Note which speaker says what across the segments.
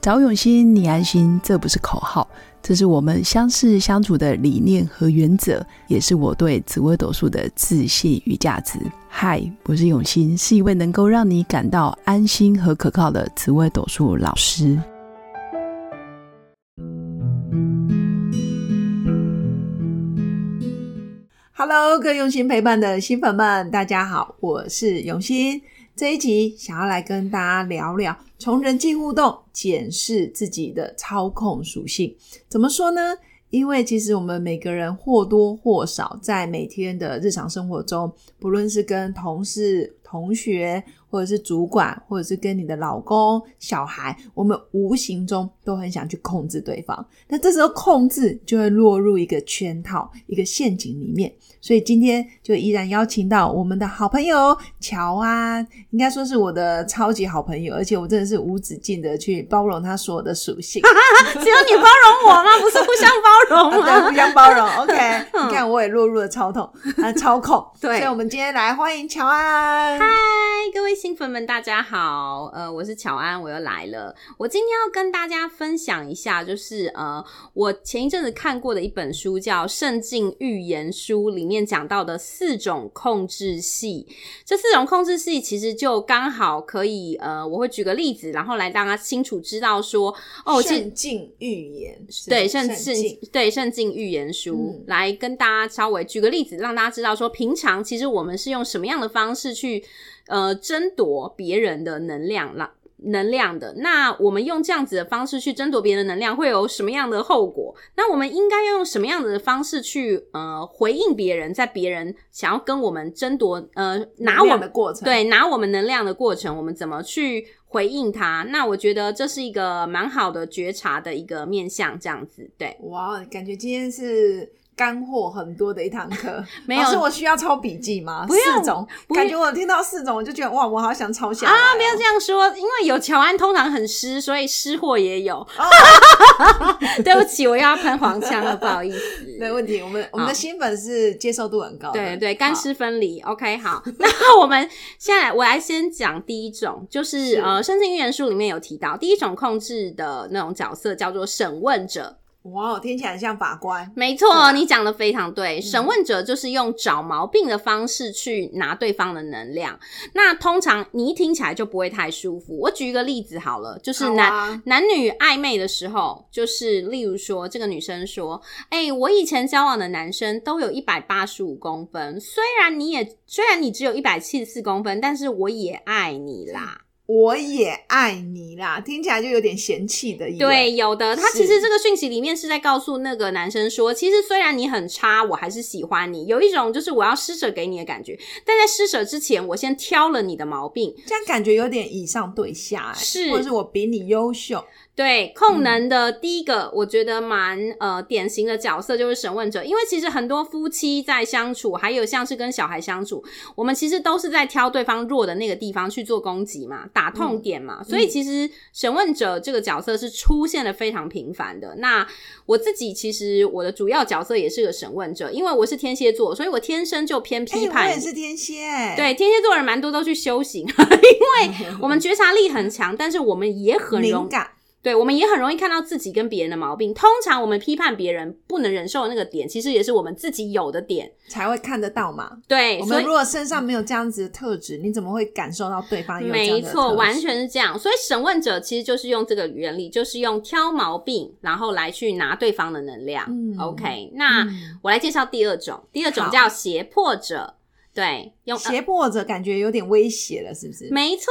Speaker 1: 找永新，你安心，这不是口号，这是我们相识相处的理念和原则，也是我对紫微斗数的自信与价值。嗨，我是永新，是一位能够让你感到安心和可靠的紫微斗数老师。
Speaker 2: Hello，各位用心陪伴的新粉们，大家好，我是永新。这一集想要来跟大家聊聊从人际互动检视自己的操控属性。怎么说呢？因为其实我们每个人或多或少在每天的日常生活中，不论是跟同事、同学，或者是主管，或者是跟你的老公、小孩，我们无形中都很想去控制对方。那这时候控制就会落入一个圈套、一个陷阱里面。所以今天就依然邀请到我们的好朋友乔安，应该说是我的超级好朋友，而且我真的是无止境的去包容他所有的属 性，
Speaker 3: 只有你包容我 吗？不是互相包容
Speaker 2: 啊对，
Speaker 3: 吗？
Speaker 2: 互相包 容。OK，你
Speaker 3: 嗯
Speaker 2: 看我也落入了超痛啊，超控。
Speaker 3: 对
Speaker 2: 所以我们今天来欢迎乔安。
Speaker 3: 嗨，各位新粉们，大家好，呃，我是乔安，我又来了。我今天要跟大家分享一下，就是呃，我前一阵子看过的一本书叫《圣境预言书》，里面讲到的四种控制系。这四种控制系其实就刚好可以，呃，我会举个例子，然后来让大家清楚知道说，哦，其实
Speaker 2: 圣境预言，是
Speaker 3: 对
Speaker 2: 圣
Speaker 3: 圣圣
Speaker 2: 境
Speaker 3: 对圣经预言书、
Speaker 2: 嗯
Speaker 3: 来跟大家稍微举个例子，让大家知道说，平常其实我们是用什么样的方式去呃争夺别人的能量啦。能量的，那我们用这样子的方式去争夺别人的能量，会有什么样的后果？那我们应该要用什么样子的方式去呃回应别人，在别人想要跟我们争夺呃拿
Speaker 2: 能
Speaker 3: 我
Speaker 2: 量
Speaker 3: 们
Speaker 2: 的过程，
Speaker 3: 对，拿我们能量的过程，我们怎么去回应它？那我觉得这是一个蛮好的觉察的一个面向，这样子。对，
Speaker 2: 哇，感觉今天是干货很多的一堂课。
Speaker 3: 没有
Speaker 2: 老师，我需要抄笔记吗？
Speaker 3: 不用
Speaker 2: 四种，
Speaker 3: 不
Speaker 2: 感
Speaker 3: 用
Speaker 2: 觉我听到四种，我就觉得哇，我好想抄下哦
Speaker 3: 啊，不
Speaker 2: 没
Speaker 3: 要
Speaker 2: 有
Speaker 3: 这样说，因为有乔安通常很湿，所以湿货也有。哦 对不起，我又要喷黄腔了，不好意思。
Speaker 2: 没问题，我们我们的新粉是接受度很高的，
Speaker 3: 对对，干
Speaker 2: 好
Speaker 3: 湿分离。OK，好， 那我们现在我来先讲第一种，就是
Speaker 2: 是
Speaker 3: 呃，《圣经预言书》里面有提到，第一种控制的那种角色叫做审问者。
Speaker 2: 哇，听起来很像法官，
Speaker 3: 没
Speaker 2: 对啊嗯吧
Speaker 3: 错，你讲的非常对。审问者就是用找毛病的方式去拿对方的能量，那通常你一听起来就不会太舒服。我举一个例子好了，就是
Speaker 2: 好
Speaker 3: 男、
Speaker 2: 啊
Speaker 3: 男女暧昧的时候，就是例如说，这个女生说：“哎、我以前交往的男生都有一百八十五公分，虽然你也虽然你只有一百七十四公分，但是我也爱你啦。”
Speaker 2: 我也爱你啦，听起来就有点嫌弃的意味。
Speaker 3: 对，有的。他
Speaker 2: 是
Speaker 3: 其实这个讯息里面是在告诉那个男生说，其实虽然你很差，我还是喜欢你。有一种就是我要施舍给你的感觉，但在施舍之前，我先挑了你的毛病。
Speaker 2: 这样感觉有点以上对下、欸，
Speaker 3: 是
Speaker 2: 或者是我比你优秀，
Speaker 3: 对，
Speaker 2: 嗯
Speaker 3: 控能的第一个，我觉得蛮呃典型的角色就是审问者，因为其实很多夫妻在相处，还有像是跟小孩相处，我们其实都是在挑对方弱的那个地方去做攻击嘛，打
Speaker 2: 嗯
Speaker 3: 痛点嘛，所以其实审问者这个角色是出现的非常频繁的。那我自己其实我的主要角色也是个审问者，因为我是天蝎座，所以我天生就偏
Speaker 2: 哎、
Speaker 3: 批判。
Speaker 2: 我也是天蝎、欸，
Speaker 3: 对，天蝎座人蛮多都去修行， 因为我们觉察力很强，但是我们也很容
Speaker 2: 敏感，
Speaker 3: 对，我们也很容易看到自己跟别人的毛病。通常我们批判别人不能忍受的那个点，其实也是我们自己有的点。
Speaker 2: 才会看得到嘛。
Speaker 3: 对，
Speaker 2: 我
Speaker 3: 所
Speaker 2: 们
Speaker 3: 以
Speaker 2: 如果身上没有这样子的特质，你怎么会感受到对方有这样
Speaker 3: 没
Speaker 2: 的特质？
Speaker 3: 错，完全是这样。所以审问者其实就是用这个原理，就是用挑毛病，然后来去拿对方的能量。
Speaker 2: 嗯
Speaker 3: OK，那、
Speaker 2: 嗯
Speaker 3: 我来介绍第二种，第二种
Speaker 2: 好
Speaker 3: 叫胁迫者。对，用、呃
Speaker 2: 胁迫者感觉有点威胁了，是不是？
Speaker 3: 没错，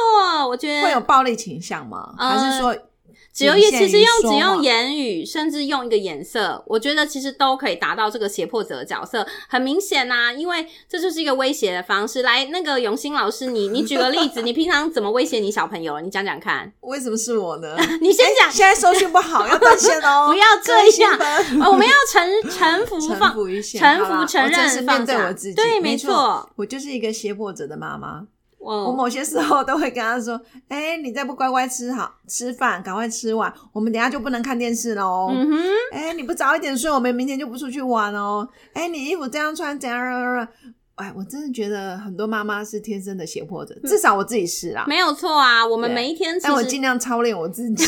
Speaker 3: 我觉得
Speaker 2: 会有暴力倾向吗？
Speaker 3: 呃
Speaker 2: 还是说
Speaker 3: 只有
Speaker 2: 言
Speaker 3: 也
Speaker 2: 线
Speaker 3: 其实用
Speaker 2: 与说
Speaker 3: 只用
Speaker 2: 嘛
Speaker 3: 言语，甚至用一个眼色，我觉得其实都可以达到这个胁迫者的角色。很明显呐、因为这就是一个威胁的方式。来，那个永兴老师，你你举个例 子，你平常怎么威胁你小朋友？你讲讲看。
Speaker 2: 为什么是我呢？
Speaker 3: 你 先讲，
Speaker 2: 现在收讯不 好，要断线哎哦！
Speaker 3: 不要这
Speaker 2: 各位新
Speaker 3: 样
Speaker 2: 粉
Speaker 3: 哦我们要 臣臣服
Speaker 2: 臣
Speaker 3: 放
Speaker 2: 服一下，
Speaker 3: 臣
Speaker 2: 好啦
Speaker 3: 服承
Speaker 2: 我真实
Speaker 3: 认
Speaker 2: 面
Speaker 3: 放
Speaker 2: 对
Speaker 3: 下
Speaker 2: 我自己，
Speaker 3: 对，没
Speaker 2: 错
Speaker 3: 错，，哦
Speaker 2: 我就是一个胁迫者的妈妈。我
Speaker 3: 我
Speaker 2: 某些时候都会跟他说：“哎、你再不乖乖吃好吃饭，赶快吃完，我们等一下就不能看电视喽。
Speaker 3: 嗯哼，
Speaker 2: 哦哎、你不早一点睡，我们明天就不出去玩哦。哎、你衣服这样穿，怎样怎样怎样？哎，我真的觉得很多妈妈是天生的胁迫者，至少我自己是啦。
Speaker 3: 嗯没有错啊，我们
Speaker 2: 对哎
Speaker 3: 每一天其
Speaker 2: 但我
Speaker 3: 实
Speaker 2: 尽量操练我自己，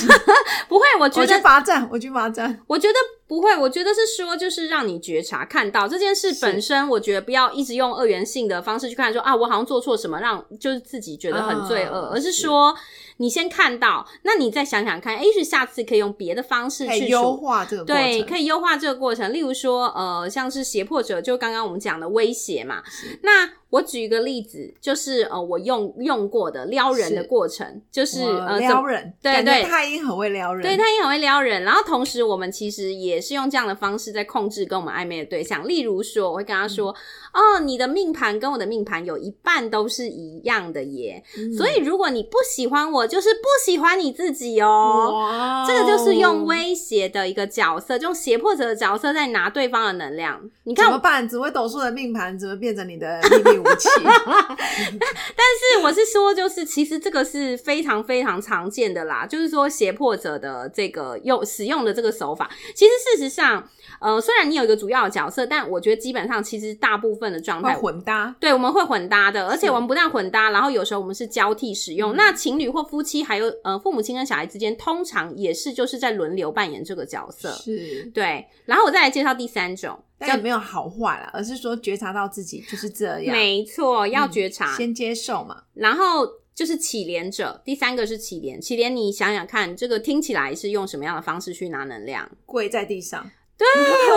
Speaker 3: 不会，我觉
Speaker 2: 我去
Speaker 3: 得
Speaker 2: 罚站，我去罚站。
Speaker 3: 我觉得不会，我觉得是说，就是让你觉察看到这件事
Speaker 2: 是
Speaker 3: 本身，我觉得不要一直用二元性的方式去看说啊，我好像做错什么，让就是自己觉得很罪恶，
Speaker 2: 啊
Speaker 3: 而是说你先看到，那你再想想看，哎诶也许下次可以用别的方式
Speaker 2: 可
Speaker 3: 去
Speaker 2: 以
Speaker 3: 处
Speaker 2: 优化这个过程，
Speaker 3: 对，可以优化这个过程。例如说，呃，像是胁迫者，就刚刚我们讲的威胁嘛。那我举一个例子，就是呃，我用用过的撩人的
Speaker 2: 是
Speaker 3: 过程，就是
Speaker 2: 哇
Speaker 3: 呃，怎
Speaker 2: 撩
Speaker 3: 么
Speaker 2: 人，
Speaker 3: 对
Speaker 2: 感觉
Speaker 3: 对
Speaker 2: 太阴很会撩人，
Speaker 3: 对他也很会撩人，然后同时我们其实也是用这样的方式在控制跟我们暧昧的对象。例如说，我会跟
Speaker 2: 嗯
Speaker 3: 他说：“哦，你的命盘跟我的命盘有一半都是一样的耶，
Speaker 2: 嗯
Speaker 3: 所以如果你不喜欢我，就是不喜欢你自己哦。”
Speaker 2: 哇哦
Speaker 3: 这个就是用威胁的一个角色，就用胁迫者的角色在拿对方的能量。你看
Speaker 2: 怎么，办？紫微斗数的命盘怎么变成你的秘密武器？
Speaker 3: 但是我是说，就是其实这个是非常非常常见的啦，就是说胁迫者的这个用使用的这个手法，其实事实上，呃，虽然你有一个主要的角色，但我觉得基本上其实大部分的状
Speaker 2: 会
Speaker 3: 态。
Speaker 2: 混 搭，
Speaker 3: 对，我们会混搭的，而且我们不但混搭，然后有时候我们是交替使
Speaker 2: 嗯
Speaker 3: 用。那情侣或夫妻，还有呃父母亲跟小孩之间，通常也是就是在轮流扮演这个角色。
Speaker 2: 是，哎
Speaker 3: 对，然后我再来介绍第三种，
Speaker 2: 但也没有好坏啦，而是说觉察到自己就是这样，
Speaker 3: 没错，要
Speaker 2: 嗯
Speaker 3: 觉察。
Speaker 2: 先接受嘛。
Speaker 3: 然后就是起连者，第三个是起连。起连，你想想看，这个听起来是用什么样的方式去拿能量？
Speaker 2: 跪在地上，
Speaker 3: 对，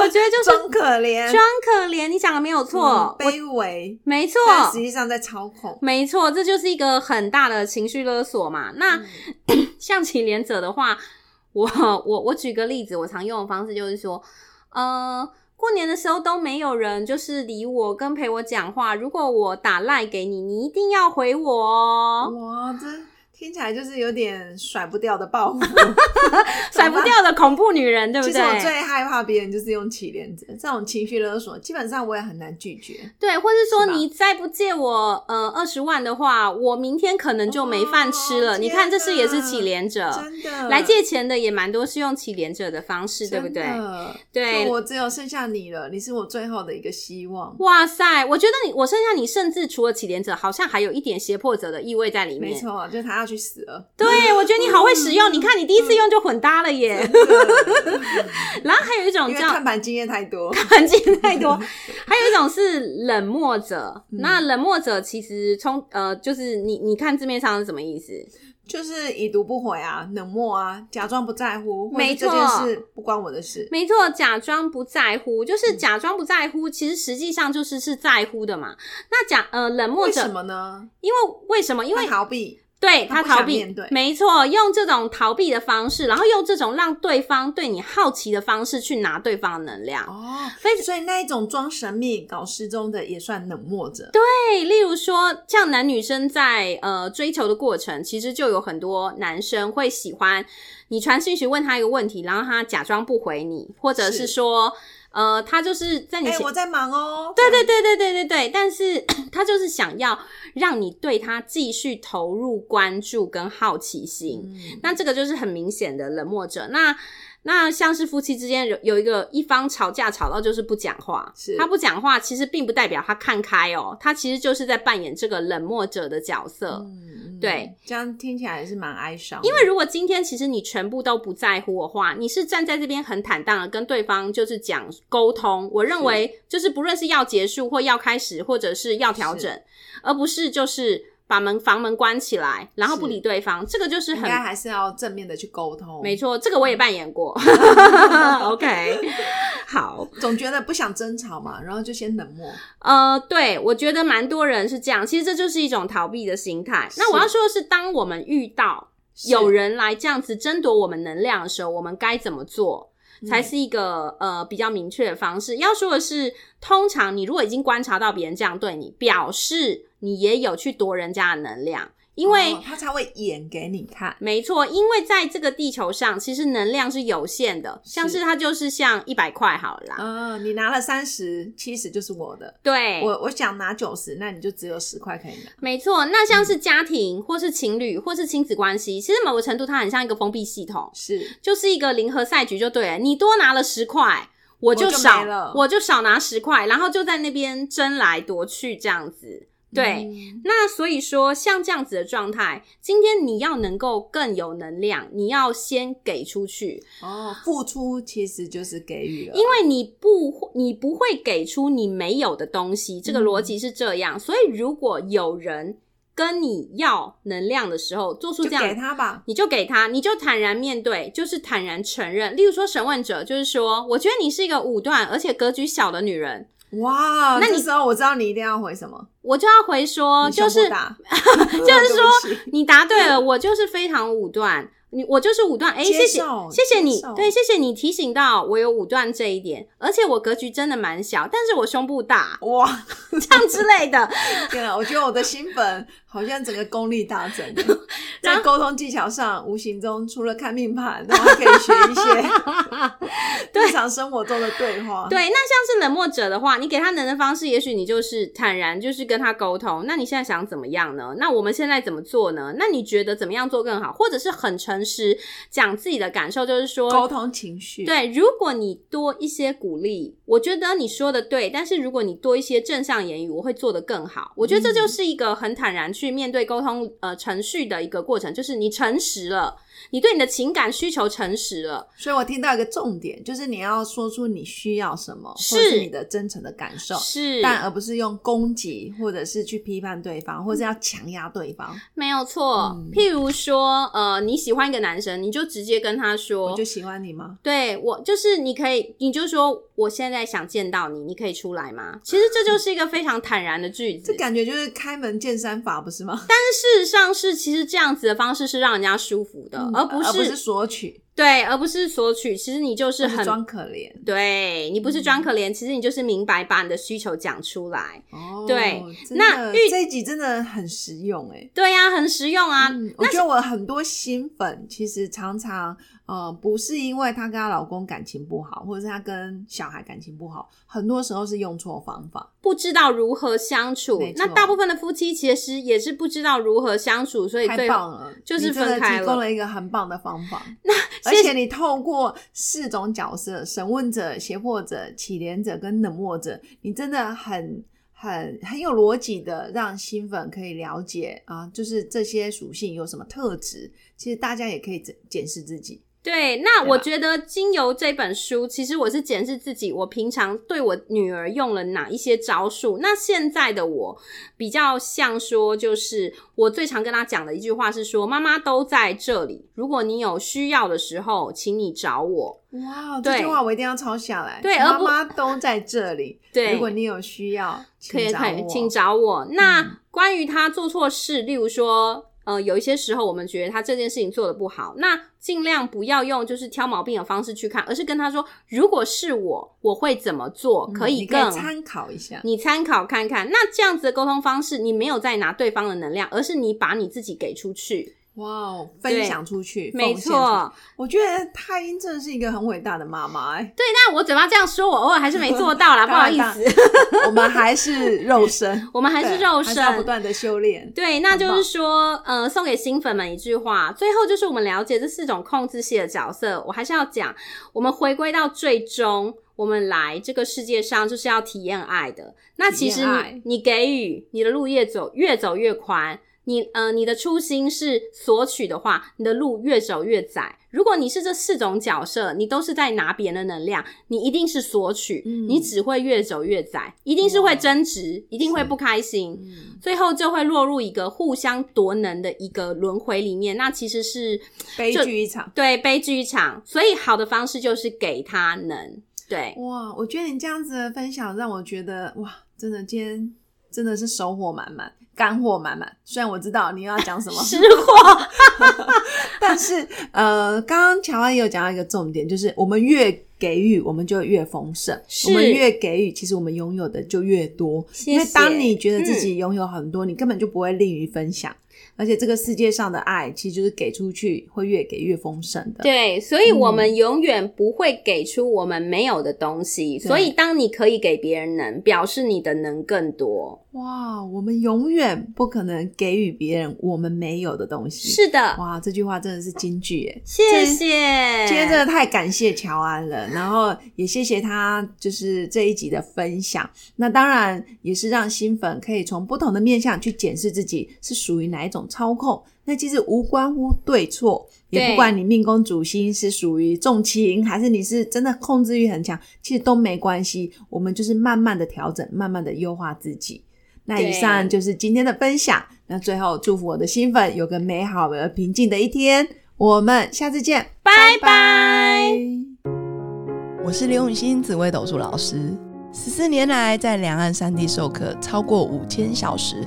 Speaker 3: 我觉得就是
Speaker 2: 装可怜，
Speaker 3: 装可怜。你讲的没有错，
Speaker 2: 嗯
Speaker 3: 我
Speaker 2: 卑微，
Speaker 3: 没错，
Speaker 2: 但实际上在操控。
Speaker 3: 没错，这就是一个很大的情绪勒索嘛。那、
Speaker 2: 嗯
Speaker 3: 像起连者的话，我我我举个例子，我常用的方式就是说，呃，过年的时候都没有人就是理我跟陪我讲话，如果我打赖给你，你一定要回我哦，
Speaker 2: 哇，这听起来就是有点甩不掉的报复，对
Speaker 3: 甩不掉的恐怖女人，对不
Speaker 2: 其实我
Speaker 3: 对？
Speaker 2: 最害怕别人就是用起帘子这种情绪勒索，基本上我也很难拒绝。
Speaker 3: 对，或是说
Speaker 2: 是吧
Speaker 3: 你再不借我呃二十万的话，我明天可能就没饭吃了。
Speaker 2: 哦
Speaker 3: 你看，这是也是
Speaker 2: 天哪
Speaker 3: 起连者。
Speaker 2: 真的，
Speaker 3: 嗯来借钱的也蛮多是用起连者的方式，对不对？
Speaker 2: 真的
Speaker 3: 对
Speaker 2: 就我只有剩下你了，你是我最后的一个希望。
Speaker 3: 哇塞，我觉得你，我剩下你，甚至除了起连者，好像还有一点胁迫者的意味在里
Speaker 2: 没
Speaker 3: 面。
Speaker 2: 错，就是他要去死了。
Speaker 3: 对，我觉得你好会使 用，你看你第一次用就混搭了耶。 然后还有一种
Speaker 2: 因为
Speaker 3: 叫
Speaker 2: 看盘经验太多，
Speaker 3: 环境太 多，还有一种是冷漠者。
Speaker 2: 嗯
Speaker 3: 那冷漠者其实冲呃，就是你你看字面上是什么意思？
Speaker 2: 就是已读不回啊，冷漠啊，假装不在乎，或者
Speaker 3: 没
Speaker 2: 这
Speaker 3: 错
Speaker 2: 件事不关我的事。
Speaker 3: 没错，假装不在乎，就是假装不在乎，其实实际上就是是在乎的嘛。那假呃冷漠
Speaker 2: 为什
Speaker 3: 者，
Speaker 2: 么呢？
Speaker 3: 因为为什么？因为
Speaker 2: 他逃避，
Speaker 3: 对
Speaker 2: 他
Speaker 3: 他
Speaker 2: 不想
Speaker 3: 逃避
Speaker 2: 面对，
Speaker 3: 没错，用这种逃避的方式，然后用这种让对方对你好奇的方式去拿对方的能量。
Speaker 2: 哦，所以所以那一种装神秘、搞失踪的也算冷漠者。
Speaker 3: 对，例如说，像男女生在呃追求的过程，其实就有很多男生会喜欢你传讯息问他一个问题，然后他假装不回你，或者是
Speaker 2: 是
Speaker 3: 说，呃，他就是在你
Speaker 2: 哎、
Speaker 3: 前
Speaker 2: 我在忙哦。
Speaker 3: 对对对对对对对，但是 他就是想要让你对他继续投入关注跟好奇心，
Speaker 2: 嗯
Speaker 3: 那这个就是很明显的冷漠者。那那像是夫妻之间有有一个一方吵架吵到就是不讲话
Speaker 2: 是，
Speaker 3: 他不讲话其实并不代表他看开哦，他其实就是在扮演这个冷漠者的角色。
Speaker 2: 嗯嗯
Speaker 3: 对，
Speaker 2: 这样听起来也是蛮哀伤的。
Speaker 3: 因为如果今天其实你全部都不在乎的话，你是站在这边很坦荡的跟对方就是讲沟通，我认为就是不论是要结束或要开始，或者是要调整，而不是就是把门房门关起来，然后不
Speaker 2: 是
Speaker 3: 理对方，这个就是
Speaker 2: 应
Speaker 3: 很
Speaker 2: 该还是要正面的去沟通。
Speaker 3: 没错，这个
Speaker 2: 嗯
Speaker 3: 我也扮 演过。OK，好，
Speaker 2: 总觉得不想争吵嘛，然后就先冷漠。
Speaker 3: 呃，对，我觉得蛮多人是这样，其实这就是一种逃避的心态。那我要说的是，当我们遇到
Speaker 2: 是
Speaker 3: 有人来这样子争夺我们能量的时候，我们该怎么
Speaker 2: 嗯
Speaker 3: 做？才是一个、呃比较明确的方式。要说的是，通常你如果已经观察到别人这样对你，表示你也有去夺人家的能量，因为、
Speaker 2: 哦他才会演给你看。
Speaker 3: 没错，因为在这个地球上，其实能量是有限的，像是
Speaker 2: 是
Speaker 3: 它就是像一百块好了啦。
Speaker 2: 啊、你拿了三十，七十就是我的。
Speaker 3: 对，
Speaker 2: 我我想拿九十，那你就只有十块可以拿。
Speaker 3: 没错。那
Speaker 2: 嗯
Speaker 3: 像是家庭，或是情侣，或是亲子关系，其实某个程度它很像一个封闭系统，
Speaker 2: 是，
Speaker 3: 就是一个零和赛局就对了。你多拿了十块，我就
Speaker 2: 就
Speaker 3: 少
Speaker 2: 没了
Speaker 3: 我就少拿十块，然后就在那边争来夺去这样子。对，
Speaker 2: 嗯
Speaker 3: 那所以说，像这样子的状态，今天你要能够更有能量，你要先给出去，
Speaker 2: 哦，付出其实就是给予了，
Speaker 3: 因为你不你不会给出你没有的东西，这个
Speaker 2: 嗯
Speaker 3: 逻辑是这样。所以如果有人跟你要能量的时候，做出
Speaker 2: 就
Speaker 3: 这样
Speaker 2: 给他吧。
Speaker 3: 你就给他，你就坦然面对，就是坦然承认。例如说，审问者就是说，我觉得你是一个武断而且格局小的女人，
Speaker 2: 哇，
Speaker 3: 那
Speaker 2: 这
Speaker 3: 你
Speaker 2: 时候我知道你一定要回什么，
Speaker 3: 我就要回说，
Speaker 2: 你
Speaker 3: 就
Speaker 2: 胸
Speaker 3: 是
Speaker 2: 部大 哦
Speaker 3: 就是
Speaker 2: 对不
Speaker 3: 说
Speaker 2: 起，
Speaker 3: 你答对了，我就是非常武断，你我就是武断。哎、
Speaker 2: 接
Speaker 3: 谢谢
Speaker 2: 受
Speaker 3: 谢谢你
Speaker 2: 接受，
Speaker 3: 对，谢谢你提醒到我有武断这一点，而且我格局真的蛮小，但是我胸部大，
Speaker 2: 哇，
Speaker 3: 这样之类的。
Speaker 2: 天啊，我觉得我的新粉好像整个功力大增，欸在沟通技巧上，无形中除了看命盘，然后还可以学一些 日常生活中的对话。
Speaker 3: 对，那像是冷漠者的话，你给他能的方式，也许你就是坦然，就是跟他沟通。那你现在想怎么样呢？那我们现在怎么做呢？那你觉得怎么样做更好？或者是很诚实讲自己的感受，就是
Speaker 2: 沟
Speaker 3: 说。
Speaker 2: 通情绪，，
Speaker 3: 对，如果你多一些鼓励，我觉得你说的对。但是如果你多一些正向言语，我会做得更好。我觉得这就是一个很坦然去面对沟通呃程序的一个过程，就是你诚实了，你对你的情感需求诚实了，
Speaker 2: 所以我听到一个重点，就是你要说出你需要什么，
Speaker 3: 是
Speaker 2: 或者是你的真诚的感受。
Speaker 3: 是，
Speaker 2: 但而不是用攻击，或者是去批判对方，或者要强压对方，
Speaker 3: 没有错。
Speaker 2: 嗯
Speaker 3: 譬如说，呃，你喜欢一个男生，你就直接跟他
Speaker 2: 我
Speaker 3: 说
Speaker 2: 就，喜欢你吗？
Speaker 3: 对我就是你可以，你就说我现在想见到你，你可以出来吗？其实 这就是一个非常坦然的句子
Speaker 2: 这。感觉就是开门见山法，不是吗？
Speaker 3: 但事实上是，其实这样子的方式是让人家舒服的，而不
Speaker 2: 嗯而不是索取，
Speaker 3: 对，而不是索取。其实你就是
Speaker 2: 或是
Speaker 3: 很
Speaker 2: 装嗯可怜。
Speaker 3: 对你不是装可怜，其实你就是明白把你的需求讲出来。
Speaker 2: 哦，
Speaker 3: 对
Speaker 2: 真
Speaker 3: 那
Speaker 2: 的
Speaker 3: 玉
Speaker 2: 这一集真的很实用哎、
Speaker 3: 对呀、很实用啊。
Speaker 2: 嗯，我觉得我很多新粉其实常常，呃，不是因为她跟她老公感情不好，或者是她跟小孩感情不好，很多时候是用错方法。
Speaker 3: 不知道如何相处
Speaker 2: 没。
Speaker 3: 那
Speaker 2: 错
Speaker 3: 大部分的夫妻其实也是不知道如何相处，所以
Speaker 2: 太
Speaker 3: 最
Speaker 2: 棒了，
Speaker 3: 就是
Speaker 2: 你真的
Speaker 3: 分开
Speaker 2: 提供
Speaker 3: 了
Speaker 2: 了一个很棒的方法。那 而
Speaker 3: 谢谢
Speaker 2: 且你透过四种角色——审问者、胁迫者、起怜者跟冷漠者，你真的很。很很有逻辑的，让新粉可以了解啊，就是这些属性有什么特质，其实大家也可以检检视自己。
Speaker 3: 对。那
Speaker 2: 对
Speaker 3: 我
Speaker 2: 吧
Speaker 3: 觉得经由这本书，其实我是检视自己，我平常对我女儿用了哪一些招数。那现在的我比较像说，就是我最常跟她讲的一句话是说：“妈妈都在这里，如果你有需要的时候，请你找我。
Speaker 2: 哇，
Speaker 3: 哦对
Speaker 2: 这句话我一定要抄下来。
Speaker 3: 对而
Speaker 2: 妈
Speaker 3: 不
Speaker 2: 妈都在这里。
Speaker 3: 对
Speaker 2: 如果你有需要，”
Speaker 3: 可以，
Speaker 2: 请找
Speaker 3: 可以，
Speaker 2: 我
Speaker 3: 请找我。那
Speaker 2: 嗯
Speaker 3: 关于她做错事，例如说。呃，有一些时候我们觉得她这件事情做的不好，那尽量不要用就是挑毛病的方式去看，而是跟她说，如果是我，我会怎么做，
Speaker 2: 嗯
Speaker 3: 可
Speaker 2: 你
Speaker 3: 以
Speaker 2: 可以
Speaker 3: 更
Speaker 2: 参考一下。
Speaker 3: 你参考看看。那这样子的沟通方式，你没有在拿对方的能量，而是你把你自己给出去。
Speaker 2: 哇哦，
Speaker 3: 对
Speaker 2: 分享出去，
Speaker 3: 没
Speaker 2: 奉献出去
Speaker 3: 错，
Speaker 2: 我觉得太英真的是一个很伟大的妈妈、哎，
Speaker 3: 对。但我嘴巴这样说，我偶尔还是没做到 啦，不好意思，
Speaker 2: 我们还是肉身，
Speaker 3: 我们 还是
Speaker 2: 对
Speaker 3: 肉
Speaker 2: 还是要不
Speaker 3: 身。
Speaker 2: 断的修炼。
Speaker 3: 对，那
Speaker 2: 很
Speaker 3: 就
Speaker 2: 棒
Speaker 3: 是说，呃，送给新粉们一句话。最后就是我们了解这四种控制系的角色，我还是要讲，我们回归到最终，我们来这个世界上就是要体验爱的。那
Speaker 2: 体验
Speaker 3: 其实你
Speaker 2: 爱
Speaker 3: 你给予你的路越走越走越宽，你呃你的初心是索取的话，你的路越走越窄。如果你是这四种角色，你都是在拿别人的能量，你一定是索取，
Speaker 2: 嗯
Speaker 3: 你只会越走越窄，一定是会
Speaker 2: 哇
Speaker 3: 争执，一定会
Speaker 2: 是
Speaker 3: 不开心。
Speaker 2: 嗯，
Speaker 3: 最后就会落入一个互相夺能的一个轮回里面，那其实是
Speaker 2: 悲
Speaker 3: 就
Speaker 2: 剧一场。
Speaker 3: 对悲剧一场。所以好的方式就是给他能，对，
Speaker 2: 哇，我觉得你这样子的分享让我觉得哇，真的今天真的是收获满满，干货满满。虽然我知道你又要讲什 么，
Speaker 3: 吃货，
Speaker 2: 但是呃，刚刚乔安也有讲到一个重点，就是我们越给予，我们就越丰盛；
Speaker 3: 是
Speaker 2: 我们越给予，其实我们拥有的就越多。
Speaker 3: 谢谢嗯
Speaker 2: 因为当你觉得自己拥有很多，你根本就不会吝于分享。而且这个世界上的爱，其实就是给出去会越给越丰盛的。
Speaker 3: 对，所以我
Speaker 2: 嗯
Speaker 3: 们永远不会给出我们没有的东
Speaker 2: 嗯
Speaker 3: 西。所以，当你可以给别人能，表示你的能更多。
Speaker 2: 哇，我们永远不可能给予别人我们没有的东西。
Speaker 3: 是的，
Speaker 2: 哇，这句话真的是金句耶！
Speaker 3: 谢谢。
Speaker 2: 今天真的太感谢乔安了，然后也谢谢他就是这一集的分享。那当然也是让新粉可以从不同的面向去检视自己是属于哪一种操控。那其实无关乎对错，也
Speaker 3: 对
Speaker 2: 不管你命宫主星是属于重情，还是你是真的控制欲很强，其实都没关系。我们就是慢慢的调整，慢慢的优化自己。那以上就是今天的分享。那最后祝福我的新粉有个美好而平静的一天。我们下次见，
Speaker 3: 拜拜
Speaker 2: 拜
Speaker 1: 我是刘永新，紫微斗数老师。十四年来，在两岸三地授课超过五千小时，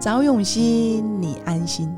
Speaker 1: 找永熙，你安心。